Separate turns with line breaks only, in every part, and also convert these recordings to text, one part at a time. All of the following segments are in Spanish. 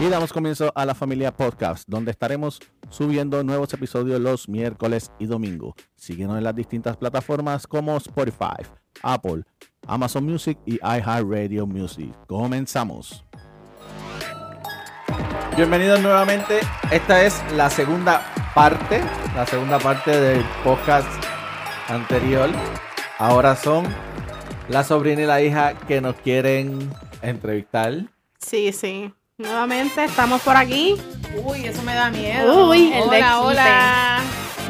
Y damos comienzo a la familia podcast, donde estaremos subiendo nuevos episodios los miércoles y domingo. Síguenos en las distintas plataformas como Spotify, Apple, Amazon Music y iHeartRadio Music. Comenzamos.
Bienvenidos nuevamente. Esta es la segunda parte, la segunda parte del podcast anterior. Ahora son la sobrina y la hija que nos quieren entrevistar.
Sí, sí. Nuevamente estamos por aquí.
Uy, eso me da miedo.
Uy, el desquite.
hola, hola.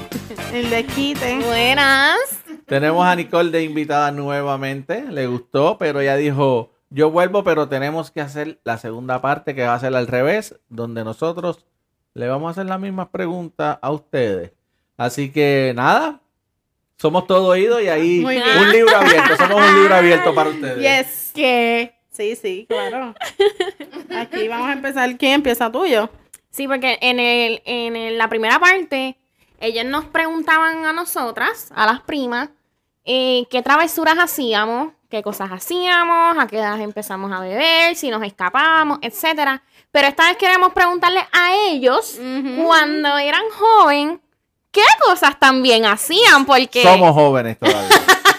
El desquite.
Buenas.
Tenemos a Nicole de invitada nuevamente. Le gustó, pero ella dijo, yo vuelvo, pero tenemos que hacer la segunda parte que va a ser al revés, donde nosotros le vamos a hacer las mismas preguntas a ustedes. Así que nada, somos todo oído y ahí
Muy bien.
un libro abierto. Somos un libro abierto para ustedes.
Yes. que Sí, sí, claro. Aquí vamos a empezar. ¿Quién empieza tuyo?
Sí, porque en, el, en el- la primera parte, ellas nos preguntaban a nosotras, a las primas, eh, qué travesuras hacíamos, qué cosas hacíamos, a qué edad empezamos a beber, si nos escapábamos, etcétera. Pero esta vez queremos preguntarle a ellos, cuando eran joven, qué cosas también hacían, porque...
Somos jóvenes todavía.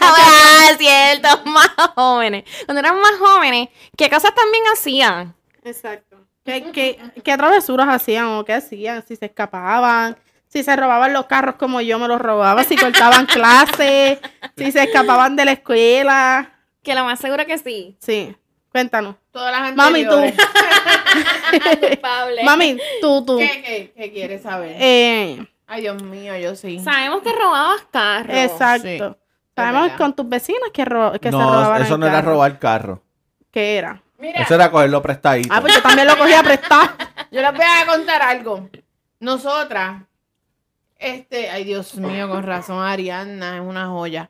Ah, cierto, más jóvenes. Cuando eran más jóvenes, ¿qué cosas también hacían?
Exacto. ¿Qué, qué, qué travesuras hacían o qué hacían? Si se escapaban, si se robaban los carros como yo me los robaba, si cortaban clases, si se escapaban de la escuela.
Que lo más seguro que sí.
Sí, cuéntanos.
Todas las
Mami, tú.
anteriores.
Culpable.
Mami, tú, tú.
¿Qué, qué, qué quieres saber?
Eh,
Ay, Dios mío, yo sí.
Sabemos que robabas carros.
exacto. Sabemos
verdad.
con tus vecinas que, ro- que se
no,
robaban.
eso
el
no era
carro.
robar carro.
¿Qué era?
Mira,
Eso era cogerlo prestadito.
Ah, pues yo también lo cogía prestado.
yo les voy a contar algo. Nosotras, este, ay, Dios mío, con razón, Ariana es una joya.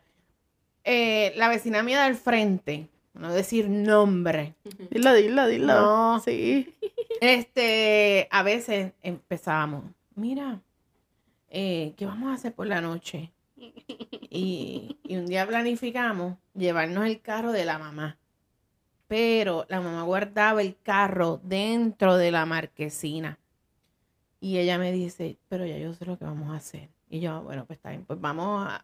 Eh, la vecina mía del frente, no decir nombre,
Dilo, dilo, dilo.
No.
Sí.
Este, a veces empezábamos, mira, eh, ¿qué vamos a hacer por la noche? Y, y un día planificamos llevarnos el carro de la mamá, pero la mamá guardaba el carro dentro de la marquesina. Y ella me dice, pero ya yo sé lo que vamos a hacer. Y yo, bueno, pues está bien, pues vamos a,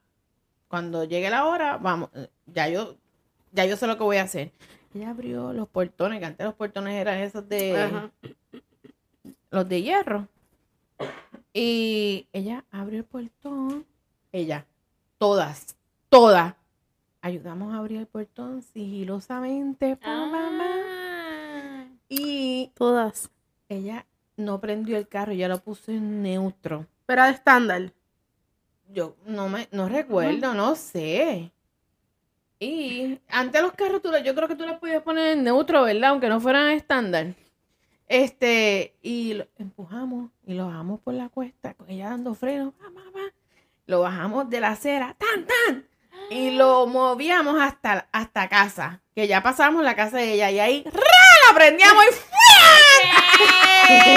cuando llegue la hora, vamos, eh, ya yo, ya yo sé lo que voy a hacer. Ella abrió los portones, que antes los portones eran esos de
Ajá.
los de hierro. Y ella abrió el portón. Ella, todas, todas. Ayudamos a abrir el portón sigilosamente. pa, pa, pa.
Ah.
Y
Todas.
ella no prendió el carro, ya lo puso en neutro.
Pero de estándar.
Yo no me no recuerdo, no sé. Y antes los carros, tú, le- yo creo que tú los podías poner en neutro, ¿verdad? Aunque no fueran estándar. Este, y lo empujamos y lo bajamos por la cuesta, con ella dando freno, pa, pa, pa. lo bajamos de la acera, tan, tan, y lo movíamos hasta, hasta casa, que ya pasamos la casa de ella, y ahí, ¡ra! la prendíamos y
Eh.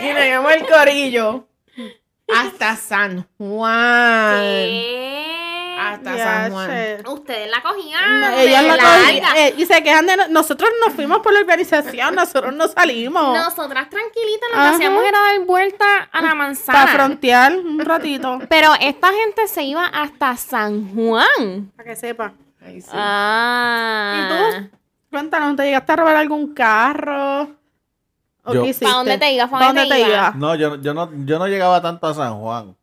¡fua! y nos llevamos el corillo hasta San Juan.
¿Qué?
Hasta
Ya
San Juan.
sé.
Ah, Ustedes la cogían.
No,
de
ellas la
larga.
cogían, eh, y se quejan de no- nosotros nos fuimos por la urbanización, nosotros no salimos.
Nosotras tranquilitas lo que
Ajá.
hacíamos era dar vuelta a la manzana.
para frontear un ratito.
Pero esta gente se iba hasta San Juan.
Para que sepa.
Ay, sí.
Ah.
¿Y Cuéntanos, ¿te llegaste a robar algún carro?
Yo-
¿O qué
¿Pa'
hiciste?
¿Para dónde te ibas?
¿Pa'
¿Para
dónde te ibas?
No, yo, yo no, yo no llegaba tanto a San Juan,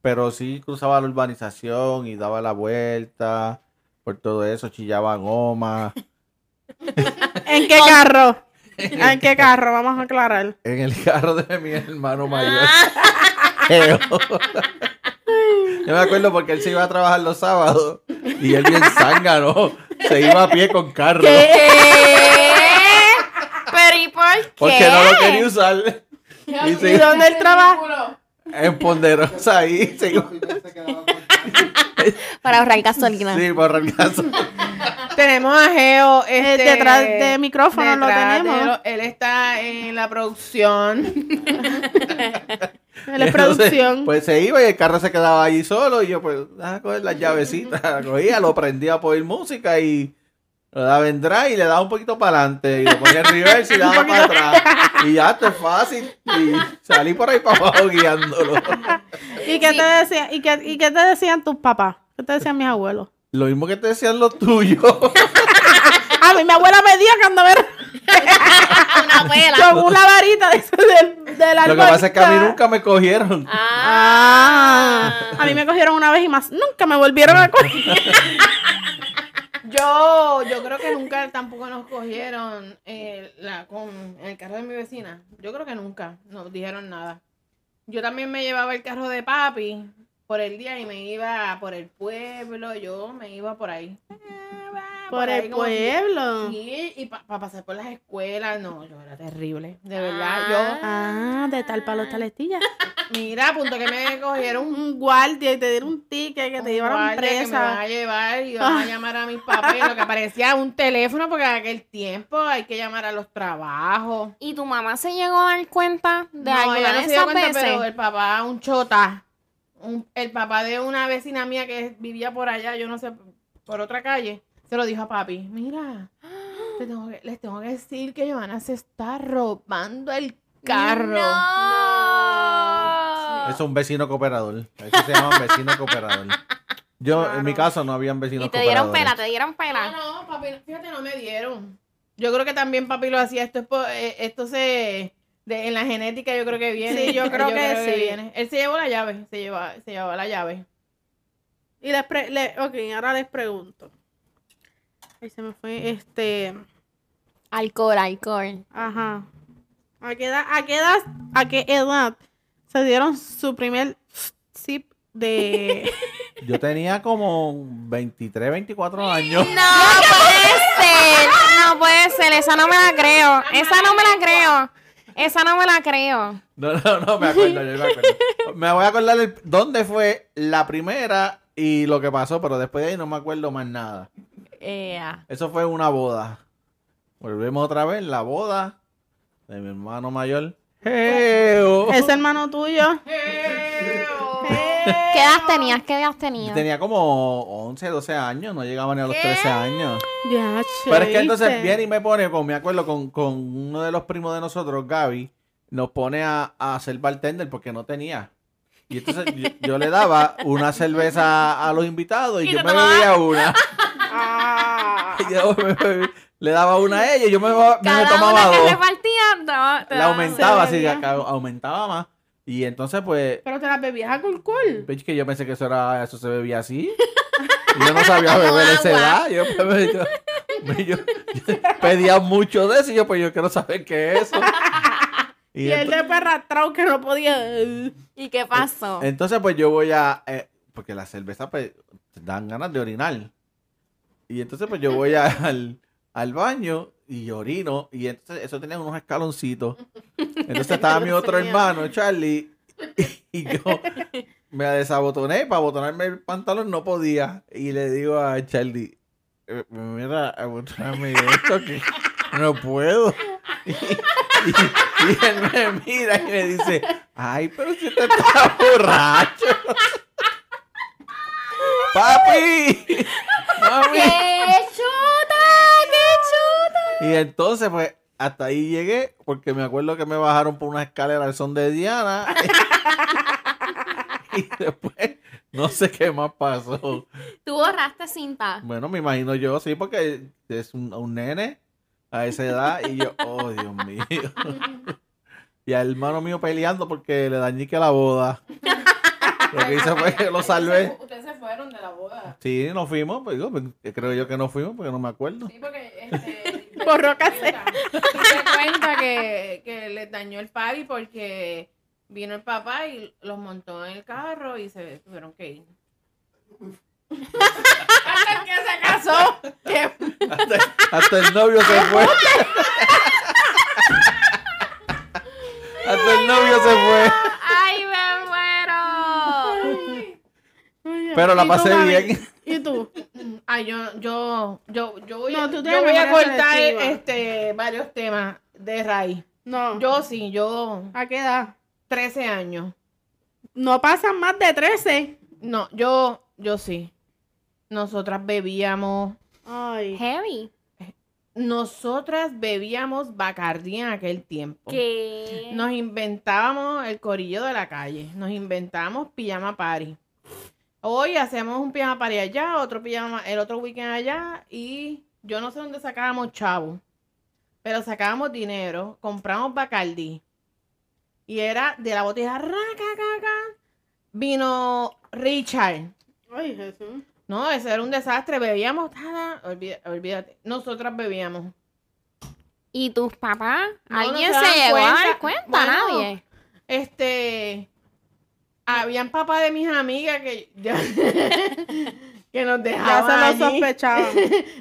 pero sí cruzaba la urbanización y daba la vuelta por todo eso, chillaba goma
¿En qué carro? ¿En qué carro? Vamos a aclarar.
en el carro de mi hermano mayor.
Ah,
Geo. Yo me acuerdo porque él se iba a trabajar los sábados y él bien zángano se iba a pie con carro
¿Qué? ¿Pero y por qué?
porque no lo quería usar. Y se
¿Y
iba
dónde él trabaja?
en ponderosa ahí, se iba
Para ahorrar gasolina.
sí, por el caso.
Tenemos a Geo
Eh,
este,
detrás de micrófono lo
detrás de
tenemos.
lo- él está en la producción.
En la
Entonces,
producción.
Pues se iba y el carro se quedaba ah, allí solo y yo pues, a coger las llavecitas, la cogía, lo prendía a poner música y Lo da vendrá y le da un poquito para adelante. Y lo pone en reverse y le da para atrás. Y ya, esto es fácil. Y salí por ahí para abajo guiándolo.
¿Y qué,
Sí.
te decía, y, qué, ¿Y qué te decían tus papás? ¿Qué te decían mis abuelos?
Lo mismo que te decían los tuyos.
A mí mi abuela me dio cuando me
Ah, Una pela.
con una varita de, del, del
Lo que
arbolito.
pasa es que a mí nunca me cogieron.
Ah, a mí me cogieron una vez y más. Nunca me volvieron a coger.
Yo, yo creo que nunca tampoco nos cogieron eh, la, con en el carro de mi vecina. Yo creo que nunca nos dijeron nada. Yo también me llevaba el carro de papi por el día y me iba por el pueblo. Yo me iba por ahí.
Por
ahí
el
como-
pueblo.
Sí, y para pasar por las escuelas. No, yo era terrible. De verdad,
Ah.
yo.
Ah, de tal palo tal estilla.
Mira, a punto que me cogieron un.
Un guardia y te dieron un ticket que te llevaron
guardia Que me van
presa. Ah.
a llevar y van a llamar a mis papás. Lo que aparecía un teléfono, porque en aquel tiempo hay que llamar a los trabajos.
¿Y tu mamá se llegó a dar cuenta de
no,
alguna
ella no
de
se dio
esas
cuenta,
veces?
pero el papá, un chota, un- el papá de una vecina mía que vivía por allá, yo no sé, por otra calle, se lo dijo a papi, mira, te tengo que- les tengo que decir que Giovanna se está robando el carro.
No.
Es un vecino cooperador. Eso se llama vecino cooperador. Yo, en mi caso, no habían vecinos
Y te dieron
cooperadores.
pela, te dieron
No,
pela.
no, papi, fíjate, no me dieron. Ah, Yo creo que también papi lo hacía, esto es por- eh, esto se... de- en la genética yo creo que viene.
Sí, yo creo que sí.
viene. Él se llevó la llave, se llevaba, se llevaba la llave.
Y les pre le- ok, ahora les pregunto. Ahí se me fue. Este.
Alcohol, alcohol.
Ajá. ¿A qué edad, a qué edad, a qué edad se dieron su primer sip de.
Yo tenía como 23, 24 años.
No puede ser, no puede ser, esa no me la creo, esa no me la creo, esa no me la creo.
No, no, no, me acuerdo, yo me acuerdo. Me voy a acordar el- dónde fue la primera y lo que pasó, pero después de ahí no me acuerdo más nada. Eso fue una boda. Volvemos otra vez, la boda de mi hermano mayor. Geo.
Ese hermano tuyo.
¿Qué edad tenías? ¿Qué edad
Yo
tenías?
Tenía como 11, 12 años, no llegaba ni a los 13 años.
Ya,
Pero es que entonces
¿viste?
viene y me pone, con, me acuerdo, con, con uno de los primos de nosotros, Gaby, nos pone a, a hacer bartender porque no tenía. Y entonces yo, yo le daba una cerveza a los invitados y,
Y
yo
te
me
tomabas.
bebía una.
Ah.
Y yo me bebí- le daba una a ella y yo me, beba- me
Cada
tomaba
una que
dos.
repartía, daba- te
La
daba-
aumentaba,
Se
así que
bebía.
acá aumentaba más. Y entonces, pues,
Pero te las bebías a culcul.
bitch, que yo pensé que eso era, eso se bebía así. Y Yo no sabía beber esa edad. Yo, pues, yo- me- yo- yo pedía mucho de eso y yo, pues, yo quiero saber qué es eso.
Y él
ento-
de perrastrao que no podía.
¿Y qué pasó?
entonces, pues, yo voy a, eh, porque las cervezas, pues, te dan ganas de orinar. Y entonces, pues, yo voy a- al, al baño y orino. Y entonces, eso tenía unos escaloncitos. Entonces, estaba mi otro hermano, Charlie, y yo me desabotoné. Para abotonarme el pantalón no podía. Y le digo a Charlie, eh, mira, abotoname esto que no puedo. Y, y- y él me mira y me dice, ay, pero si te está borracho. ¡Papi! ¡Mami!
¡Qué chuta!
Y entonces, pues, hasta ahí llegué, porque me acuerdo que me bajaron por una escalera al son de Diana. y después, no sé qué más pasó.
¡Qué chuta! Tú borraste cinta.
Bueno, me imagino yo, sí, porque es un, un nene a esa edad. Y yo, oh, Dios mío. y al hermano mío peleando porque le dañique la boda. Lo que hice fue que lo salvé.
Ustedes se fueron de la boda.
Sí, nos fuimos, pues, yo, creo yo que nos fuimos porque no me acuerdo.
Sí, porque este,
Borró caseta.
Se cuenta que, que les dañó el party porque vino el papá y los montó en el carro y se tuvieron que ir. Hasta que se casó. que-
Hasta, hasta el novio se fue. hasta el novio se fue.
¡Ay, me muero!
Pero la
¿Y tú,
pasé
Gaby?
bien.
¿Y tú?
Ay, yo, yo, yo, yo voy, a-
No, tú tienes
yo voy a
memoria
cortar
selectiva.
este, varios temas de raíz.
No.
Yo sí, yo,
¿A qué edad?
13 años.
No pasan más de 13.
No, yo, yo sí. Nosotras bebíamos,
Ay.
Heavy.
Nosotras bebíamos Bacardí en aquel tiempo.
Que.
Nos inventábamos el corillo de la calle. Nos inventábamos pijama party. Hoy hacemos un pijama party allá, otro pijama, el otro weekend allá. Y yo no sé dónde sacábamos chavo. Pero sacábamos dinero, compramos Bacardí. Y era de la botella raca, Vino Richard.
Ay, Jesús.
No, eso era un desastre. Bebíamos, tada, olvida- olvídate. Nosotras bebíamos.
¿Y tus papás?
No,
¿Alguien
no se
se,
dan
llegó a dar
cuenta.
cuenta?
Bueno,
Nadie.
Este. Habían papás de mis amigas que. ya- que nos
Ya
dejaban.
se lo
allí.
sospechaba.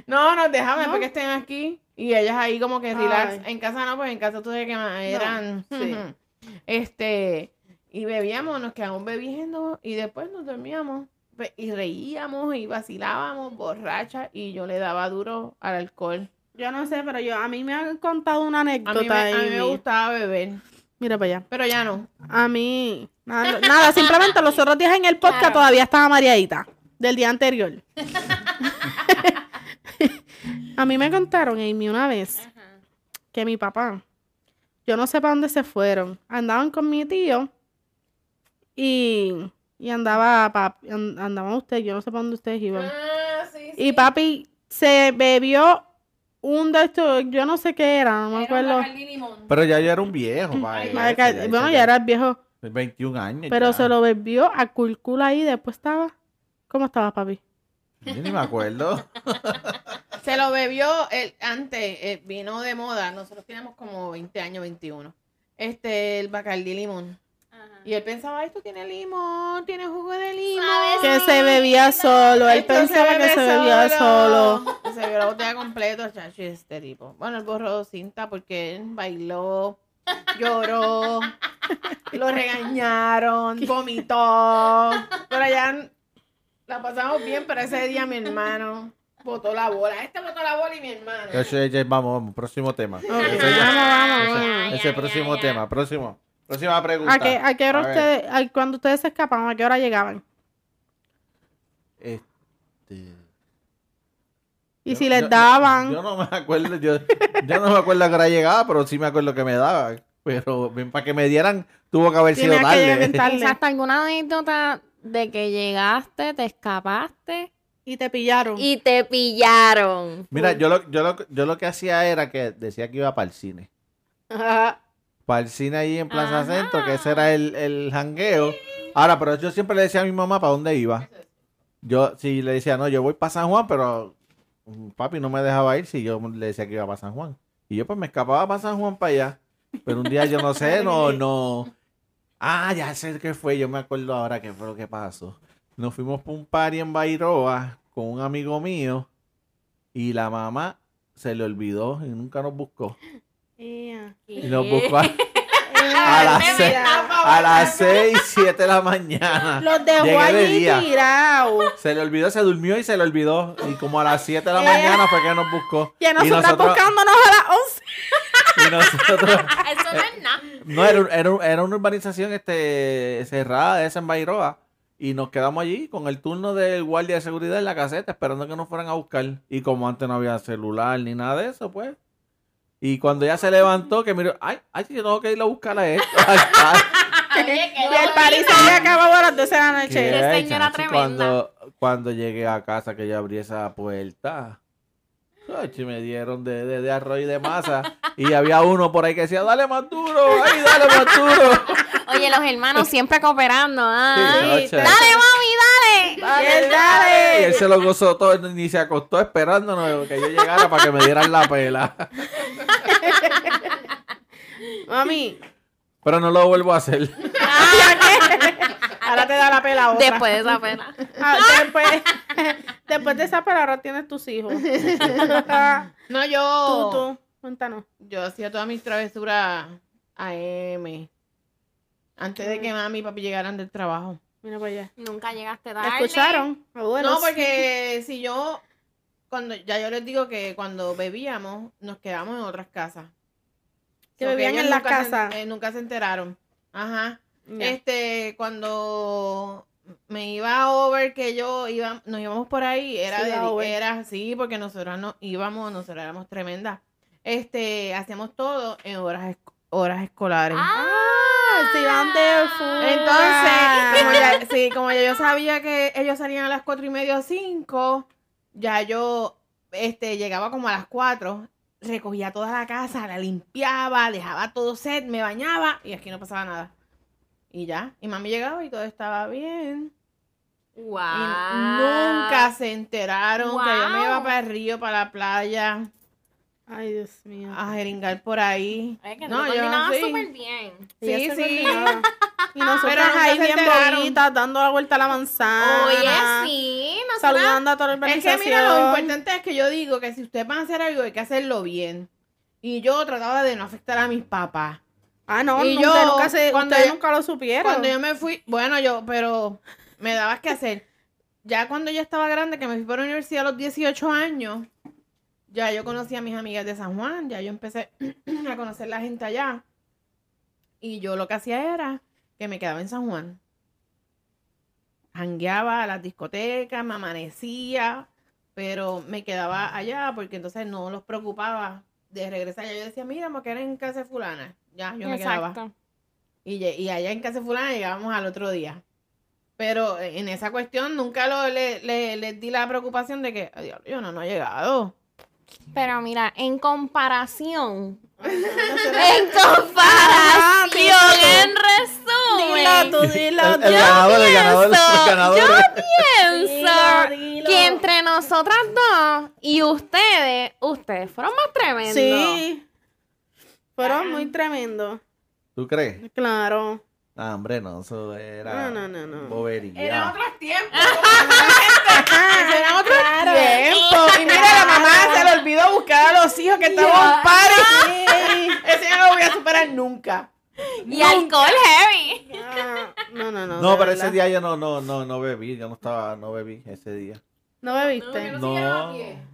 No, nos dejaban
¿No?
porque estén aquí. Y ellas ahí como que relax.
Ay.
En casa no, pues en casa tú sabes que ma- eran.
sí.
Este. Y bebíamos, nos quedamos bebiendo y después nos dormíamos. Pe- Y reíamos y vacilábamos borrachas y yo le daba duro al alcohol.
Yo no sé, pero yo a mí me han contado una
A mí, me,
anécdota.
a mí
y
me
mi-
gustaba beber,
Mira para allá.
pero ya no.
A mí. Nada, nada, simplemente los otros días en el podcast
Claro.
todavía estaba mareadita. Del día anterior. a mí me contaron, Amy, una vez.
Ajá.
que mi papá, yo no sé para dónde se fueron. Andaban con mi tío y, y andaba papi, an- andaban ustedes, yo no sé para dónde ustedes iban.
Ah, sí,
Y papi se bebió un de estos, yo no sé qué era, no me acuerdo.
Pero ya yo era un viejo, vaya.
Marca- bueno, ya era el viejo,
21 años.
pero
ya.
se lo bebió a culcula ahí, después estaba. ¿Cómo estaba papi?
Yo ni me acuerdo.
Se lo bebió el, antes, eh, vino de moda. Nosotros teníamos como 20 años, 21. Este, el Bacardí Limón. Y él pensaba, esto tiene limón, tiene jugo de limón.
Que se bebía solo, él
Esto
pensaba que
bebe
se bebía solo.
Y Se vio la botella completa, chacho, y este tipo. Bueno, él borró cinta porque él bailó, lloró, lo regañaron, vomitó. Pero allá la pasamos bien, pero ese día mi hermano botó la bola. Este botó la bola y mi hermano.
Yo sé, ya- vamos, vamos, próximo tema.
Ah,
Ese,
Vamos,
ya-
vamos,
ese-
vamos.
ese próximo tema, próximo. Próxima pregunta.
¿A qué, a qué hora
A ver.
ustedes, a- cuando ustedes se escapaban, a qué hora llegaban?
Este,
Y
yo-
si
yo-
les daban.
Yo, no me acuerdo, yo, yo no me acuerdo a qué hora llegaba, pero sí me acuerdo que me daban. Pero bien, para que me dieran, tuvo que haber sido
Tenía que
tarde.
llegar tarde.
Quizás alguna anécdota de que llegaste, te escapaste
Y te pillaron.
y te pillaron.
Mira, yo lo, yo, lo, yo lo que hacía era que decía que iba para el cine.
Ajá.
Para el cine ahí en Plaza
Ajá.
Centro, que ese era el, el jangueo. Ahora, pero yo siempre le decía a mi mamá para dónde iba. Yo sí le decía, no, yo voy para San Juan, pero mm, papi no me dejaba ir si yo le decía que iba para San Juan. Y yo pues me escapaba para San Juan para allá. Pero un día yo no sé, no, no. Ah, ya sé qué fue, yo me acuerdo ahora qué fue lo que pasó. Nos fuimos para un party en Bairoa con un amigo mío y la mamá se le olvidó y nunca nos buscó. Y nos buscó a- a
Ay,
las
me
seis,
estaba
a las seis, siete de la mañana.
Los dejó
Llegué de
allí
día.
tirados.
Se le olvidó, se durmió y se le olvidó. Y como a las 7 de la mañana fue que nos buscó.
Y a
y
nosotras
nosotros-
buscándonos a las
y
11.
nosotros-
Eso no es nada.
no, era, un- era un- era una urbanización este, cerrada, esa en Bairoa. Y nos quedamos allí con el turno del guardia de seguridad en la caseta, esperando que nos fueran a buscar. Y como antes no había celular ni nada de eso, pues. Y cuando ya se levantó, que miró, ay, ay, yo tengo que ir a buscar a esto. al parque".
Y el party se había acabado a las 12 de la
Que,
noche.
Qué
ay,
señora
chacho,
tremenda.
Cuando, cuando llegué a casa que yo abrí esa puerta, chacho, me dieron de, de, de arroz y de masa. Y había uno por ahí que decía, dale más duro, ay, dale más duro.
Oye, los hermanos siempre cooperando. Ay,
Sí, chacho.
dale, mami, dale.
Dale, Y él se lo gozó todo, ni se acostó esperándonos que yo llegara para que me dieran la pela.
Mami,
Pero no lo vuelvo a hacer.
Ahora te da la pela otra.
Después de esa pena.
ah, después, después de esa palabra tienes tus hijos. tú,
No, yo.
tú, cuéntanos.
Yo hacía todas mis travesuras a M. Antes de que mami y papi llegaran del trabajo.
Mira para allá.
Nunca llegaste
¿La
tarde.
escucharon? Ah,
no, porque si yo, cuando ya yo les digo que cuando bebíamos, nos quedamos en otras casas.
Que
So
bebían
ellos
en las
nunca se-
casas.
eh, nunca se enteraron. Ajá.
Ya.
Este, cuando me iba a over que yo iba, nos íbamos por ahí, era
Sí,
de-
a over.
era así, porque nosotras no íbamos, nosotras éramos tremendas. Este, hacíamos todo en horas esc- horas escolares.
Ah,
Si van de fuga.
Entonces, como ya, sí, como ya yo sabía que ellos salían a las cuatro y media o cinco, ya yo este, llegaba como a las cuatro, recogía toda la casa, la limpiaba, dejaba todo set, me bañaba y aquí no pasaba nada. Y ya, y mami llegaba y todo estaba bien.
Wow.
Y nunca se enteraron que yo me iba
Wow.
para el río, para la playa,
Ay, Dios mío.
a jeringar por ahí.
Es que
No,
no,
yo
coordinaba
sí.
súper bien.
Ella
Sí,
se
sí.
coordinaba. Y nosotras
nunca
ahí
se
bien
enteraron.
bonitas, dando la vuelta a la manzana.
Oye, sí. nosotras-
Saludando a toda la
Es
organización.
que mira, lo importante es que yo digo que si ustedes van a hacer algo, hay que hacerlo bien. Y yo trataba de no afectar a mis papás.
Ah, no,
Y
nunca-
yo,
nunca, se,
cuando
ustedes
yo-
nunca lo supieron.
Cuando yo me fui, bueno, yo, pero me dabas que hacer. Ya cuando yo estaba grande, que me fui para la universidad a los 18 años, ya yo conocí a mis amigas de San Juan, ya yo empecé a conocer la gente allá. Y yo lo que hacía era que me quedaba en San Juan. Jangueaba a las discotecas, me amanecía, pero me quedaba allá porque entonces no los preocupaba de regresar. Ya yo decía, mira, me quedé en casa de fulana. Ya, yo me quedaba.
Exacto.
Y, lle- y allá en casa de fulana llegábamos al otro día. Pero eh, en esa cuestión nunca lo, le, le- les di la preocupación de que, "Ay, diablo, yo no, no he llegado.
Pero mira, en comparación. en
Ah, dilo
comparación,
tú.
en
Dilo
resumen.
tú, dilo
El,
tú.
el ganador, el ganador,
pienso,
el ganador.
Pienso
Dilo, dilo.
que entre nosotras dos y ustedes, ustedes fueron más tremendos.
Sí. Fueron muy tremendo.
¿Tú crees?
Claro.
Ah, hombre, no, eso era.
No, no, no, no.
Bobería.
otros tiempos. Era otros tiempos. Y mira, la mamá se le olvidó buscar a los hijos que estaban en un party. Ese yo no lo voy a superar nunca.
Y alcohol heavy.
Ah, No, no, no.
No,
de
pero
verdad.
ese día yo no, no, no, no bebí, yo no estaba, no bebí ese día.
No bebiste.
No,
No,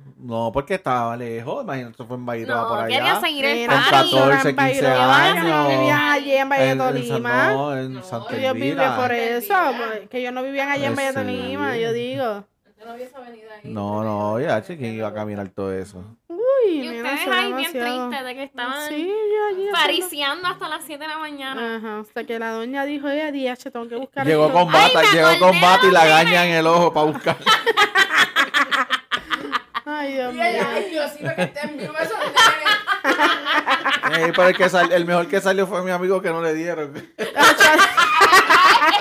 no, porque estaba lejos, imagínate, eso fue en Bairro por
No, quería
allá.
seguir el
Mira,
Con
party.
14, 15
Bairro,
años.
Yo vivía allí en Valle de
En- en San-
Tolima.
No, en
No,
Santa
Yo vivía
Elvira.
por eso,
Elvira.
pues, que yo no vivía allá en Valle de
Ese
Tolima,
día.
yo digo.
Yo no vi esa avenida ahí.
No, no, ya, che, ¿quién iba a caminar todo eso?
Uy,
Y
nena,
ustedes
eso
ahí bien
demasiado.
tristes de que estaban
Sí, yo allí. haciendo-
pariciando hasta las 7 de la mañana.
Ajá, hasta que la doña dijo, ella DH, tengo que buscar
Llegó
esto".
con
Ay,
bata,
me
llegó con
acordé
bata y la
dónde
gaña en el ojo para buscar.
Ay, Dios mío.
yo sí lo que está en vivo eso.
Eh, pero el, que sal- el mejor que salió fue mi amigo que no le dieron.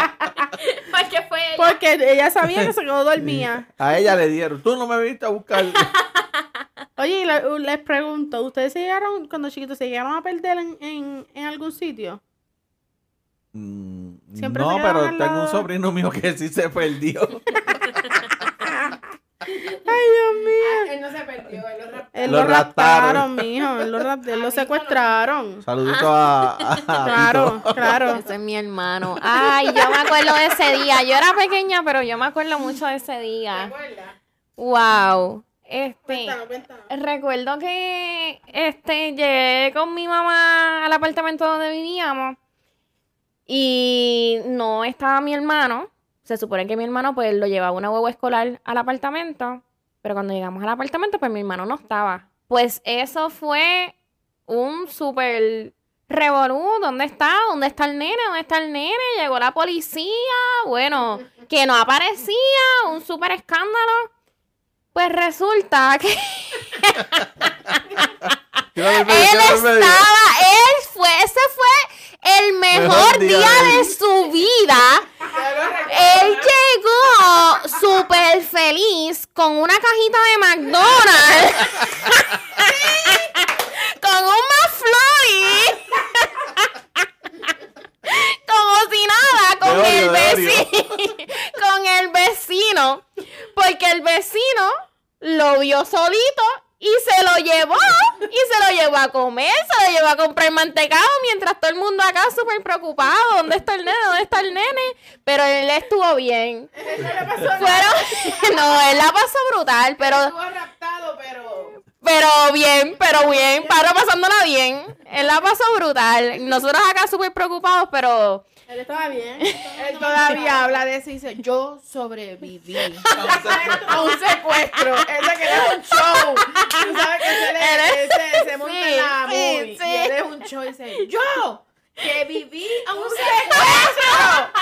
Ah.
Porque fue ella.
Porque ella sabía que se quedó dormía.
A ella le dieron. Tú no me viniste a buscar.
Oye, y le- les pregunto, ¿ustedes se llegaron, cuando chiquitos, se llegaron a perder en, en, en algún sitio?
Mm,
Siempre
no,
se quedaban
pero
al
tengo
lado.
un sobrino mío que sí se perdió.
Él no se perdió, él lo
Él
Lo
lo,
raptaron.
raptaron, mijo. Él lo, rap- él lo secuestraron.
Saludito a, a- a
Claro,
Tito.
claro.
Ese es mi hermano. Ay, yo me acuerdo de ese día. Yo era pequeña, pero yo me acuerdo mucho de ese día.
recuerda.
Wow. Este,
cuéntanos.
recuerdo que este llegué con mi mamá al apartamento donde vivíamos y no estaba mi hermano. Se supone que mi hermano pues lo llevaba una huevo escolar al apartamento, pero cuando llegamos al apartamento pues mi hermano no estaba. Pues eso fue un súper revolú, ¿dónde está? ¿Dónde está el nene? ¿Dónde está el nene? Llegó la policía, bueno, que no aparecía, un súper escándalo. Pues resulta que
Tírale el medio,
él
tírale el
estaba,
medio.
él fue, ese fue el mejor día de su vida. Él llegó súper feliz con una cajita de McDonald's. con un McFlurry. Como si nada, con
Te odio,
el
te odio.
vecino. con el vecino. Porque el vecino lo vio solito y se lo llevó. Y se lo llevó a comer, se lo llevó a comprar mantecado mientras todo el mundo acá súper preocupado. ¿Dónde está el nene? ¿Dónde está el nene? Pero él estuvo bien. Fueron... No, él la pasó brutal, pero,
Estuvo raptado, pero.
Pero bien, pero bien, paro pasándola bien. Él la pasó brutal. Nosotros acá súper preocupados, pero
Él estaba bien.
Él todavía habla de eso y dice, yo sobreviví a un secuestro. Él se queda un show. Tú sabes que se, le, se, se monta en la
Sí, sí,
movie.
sí.
Y él es un show y dice, yo que viví a un secuestro.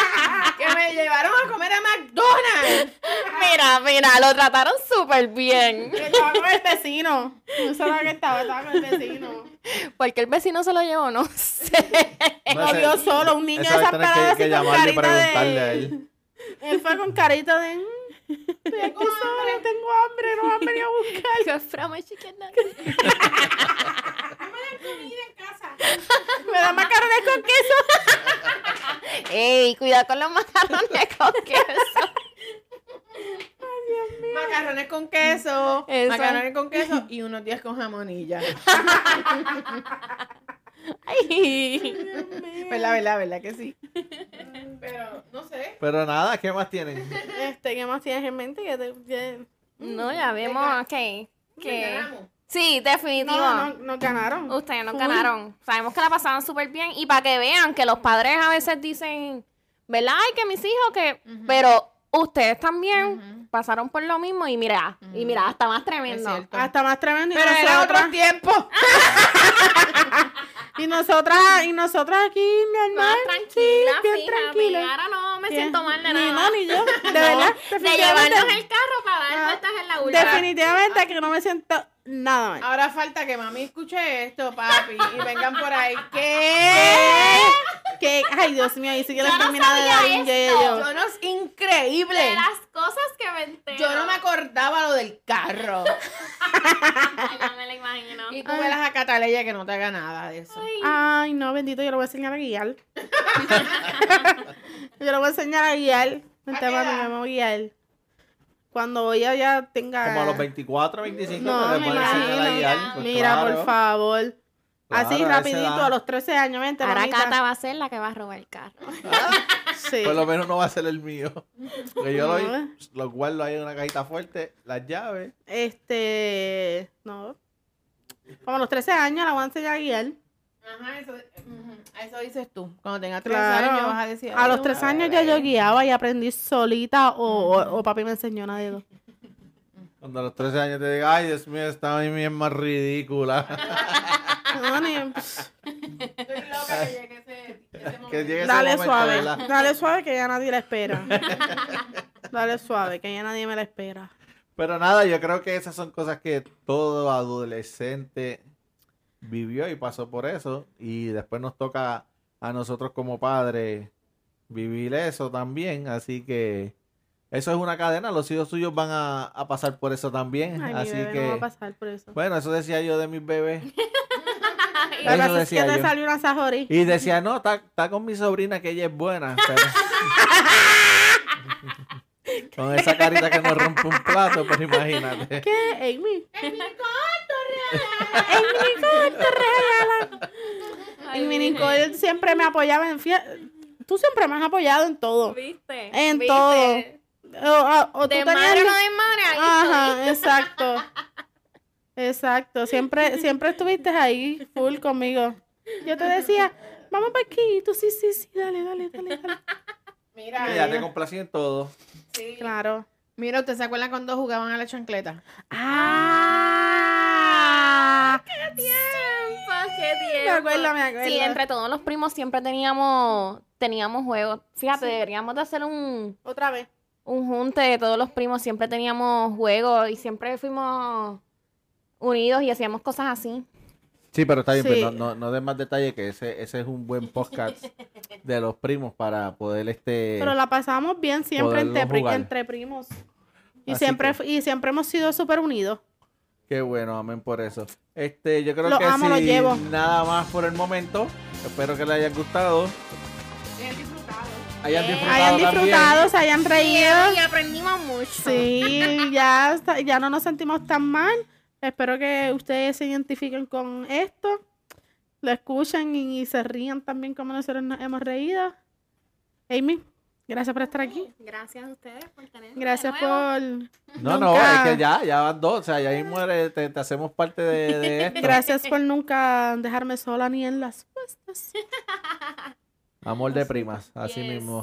que me llevaron a comer a McDonald's.
mira, mira, lo trataron súper bien.
Él estaba con el vecino. No sabía que estaba, estaba con el vecino.
Porque el vecino se lo llevó, no sé.
Lo vio solo, un niño
Esa va a tener que-
desesperado
que
así con
llamarle y
carita de...
preguntarle a él.
Él fue con carita de... "Mm, Estoy con hambre, tengo hambre, no han venido a buscar.
Qué frama, chicken nugget.
Me da macarrones con queso.
Ey, cuidado con los macarrones con queso.
Macarrones con queso.
Eso.
Macarrones con queso y unos días con jamonilla.
Ay.
Verdad, verdad, verdad que sí. Pero, no sé.
Pero nada, ¿qué más tienen?
Este, ¿qué más tienes en mente? Que te- que-
No, ya vemos que... que...
ganamos.
Sí, definitivo.
No, no, nos ganaron.
Ustedes nos ganaron. Sabemos que la pasaban súper bien. Y para que vean que los padres a veces dicen, ¿verdad? Ay, que mis hijos, que. Pero ustedes también pasaron por lo mismo. Y mira, y mira, hasta más tremendo.
Es cierto.
Hasta más tremendo. y
Pero era
nosotras-
otro tiempo.
Y nosotras, y nosotras aquí, normal.
Más tranquila,
sí, bien
fija,
tranquila.
mira, ahora no me
Bien.
siento mal de
Ni
nada.
no, ni yo. De verdad.
No, de
definitivamente-
llevarnos el Ah. carro para dar
Ah,
vueltas en la urna.
Definitivamente que no me siento nada mal.
Ahora falta que mami escuche esto, papi, y vengan por ahí. ¿Qué?
¿Qué? ¿Qué? Eh, Ay, Dios mío, y si quieres
Yo no
terminar de
sabía
dar un
esto.
yello.
Yo no es increíble.
De las cosas que me entero.
Yo no me acordaba lo del carro.
Ay, no me lo imagino.
Y tú verás a Cataleya que no te haga nada de eso.
Ay, no, bendito, yo lo voy a enseñar a guiar. yo lo voy a enseñar a guiar.
¿A
Vente,
qué
mami,
edad?
me voy a guiar. Cuando ella ya tenga...
Como a los 24, 25
No,
que
me
te pueden enseñar a
imagino.
guiar. Pues
Mira,
claro,
por favor.
claro,
Así
a esa
rapidito,
edad.
a los 13 años, vente,
Ahora
mamita.
Cata va a ser la que va a robar el carro.
Sí.
Por lo menos no va a ser el mío. Porque yo lo,
No. eh.
lo guardo ahí en una cajita fuerte, las llaves.
Este. No. Como a los 13 años la voy a enseñar a guiar.
Ajá, eso, ujú, eso dices tú. Cuando tengas tres
Claro.
años vas a decir.
A los 3 años ya yo guiaba y aprendí solita o, o- o papi me enseñó nada de dos.
Cuando a los 13 años te diga, ay, Dios mío, esta mami es más ridícula.
No, ni- pss,
Estoy loca que llegue ese, ese
que llegue ese
Dale
momento,
suave.
¿verdad?
Dale suave que ya nadie la espera. Dale suave que ya nadie me la espera.
Pero nada, yo creo que esas son cosas que todo adolescente vivió y pasó por eso. Y después nos toca a nosotros como padres vivir eso también. Así que eso es una cadena. Los hijos suyos van a, a pasar por eso también.
Ay,
Así
mi bebé
que,
no va a pasar por eso.
bueno, eso decía yo de mis bebés.
La
eso
verdad es que
decía
te
yo.
salió una sajorí.
Y decía, no, está, está con mi sobrina que ella es buena. pero- con esa carita que nos rompe un plato, pues imagínate.
¿Qué? Amy. Y mi Nicole siempre me apoyaba en fie- Tú siempre me has apoyado en todo.
¿Viste?
En
¿Viste?
todo. O, o- o tú
De
tenías- Ah.
madre no de madre. ahí estoy.
Ajá, exacto. Exacto. Siempre, siempre estuviste ahí full conmigo. Yo te decía, vamos para aquí. Y tú sí, sí, sí, dale, dale, dale, dale.
Mira, eh,
Ella te complací en todo.
Claro.
mira, ¿usted se acuerdan cuando jugaban a la chancleta?
Ah,
tiempo,
me
qué tiempo.
acuerdo, me acuerdo.
Sí, entre todos los primos siempre teníamos teníamos juegos. Fíjate, deberíamos de hacer un,
Otra vez.
un junte de todos los primos. Siempre teníamos juegos y siempre fuimos unidos y hacíamos cosas así.
Sí, pero está bien,
Sí.
pero no, no, no des más detalle que ese, ese es un buen podcast de los primos para poder este...
Pero la pasamos bien siempre
Poderlo
entre, pri-
jugar.
entre primos. Y
Así
siempre,
que-
y siempre hemos sido súper unidos.
Qué bueno, amén por eso. Este, yo creo
Lo
que
amo,
sí,
lo llevo.
nada más por el momento. Espero que les haya gustado. Hayan disfrutado.
Eh, Hayan disfrutado, se hayan reído.
Y aprendimos mucho.
Sí, ya, está- ya no nos sentimos tan mal. Espero que ustedes se identifiquen con esto. Lo escuchen y, y se rían también como nosotros nos hemos reído. Amy, gracias por estar aquí.
Gracias a ustedes por tenernos.
Gracias por,
No, no,
Nunca-
es que ya, ya van dos. O sea, ya ahí muere, te, te hacemos parte de, de esto.
Gracias por nunca dejarme sola ni en las fiestas.
Amor de primas, así
Yes.
mismo.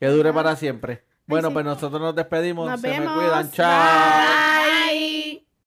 Que dure para siempre. Bueno,
sí.
pues nosotros nos despedimos.
Nos
Se me
vemos.
cuidan. Chao.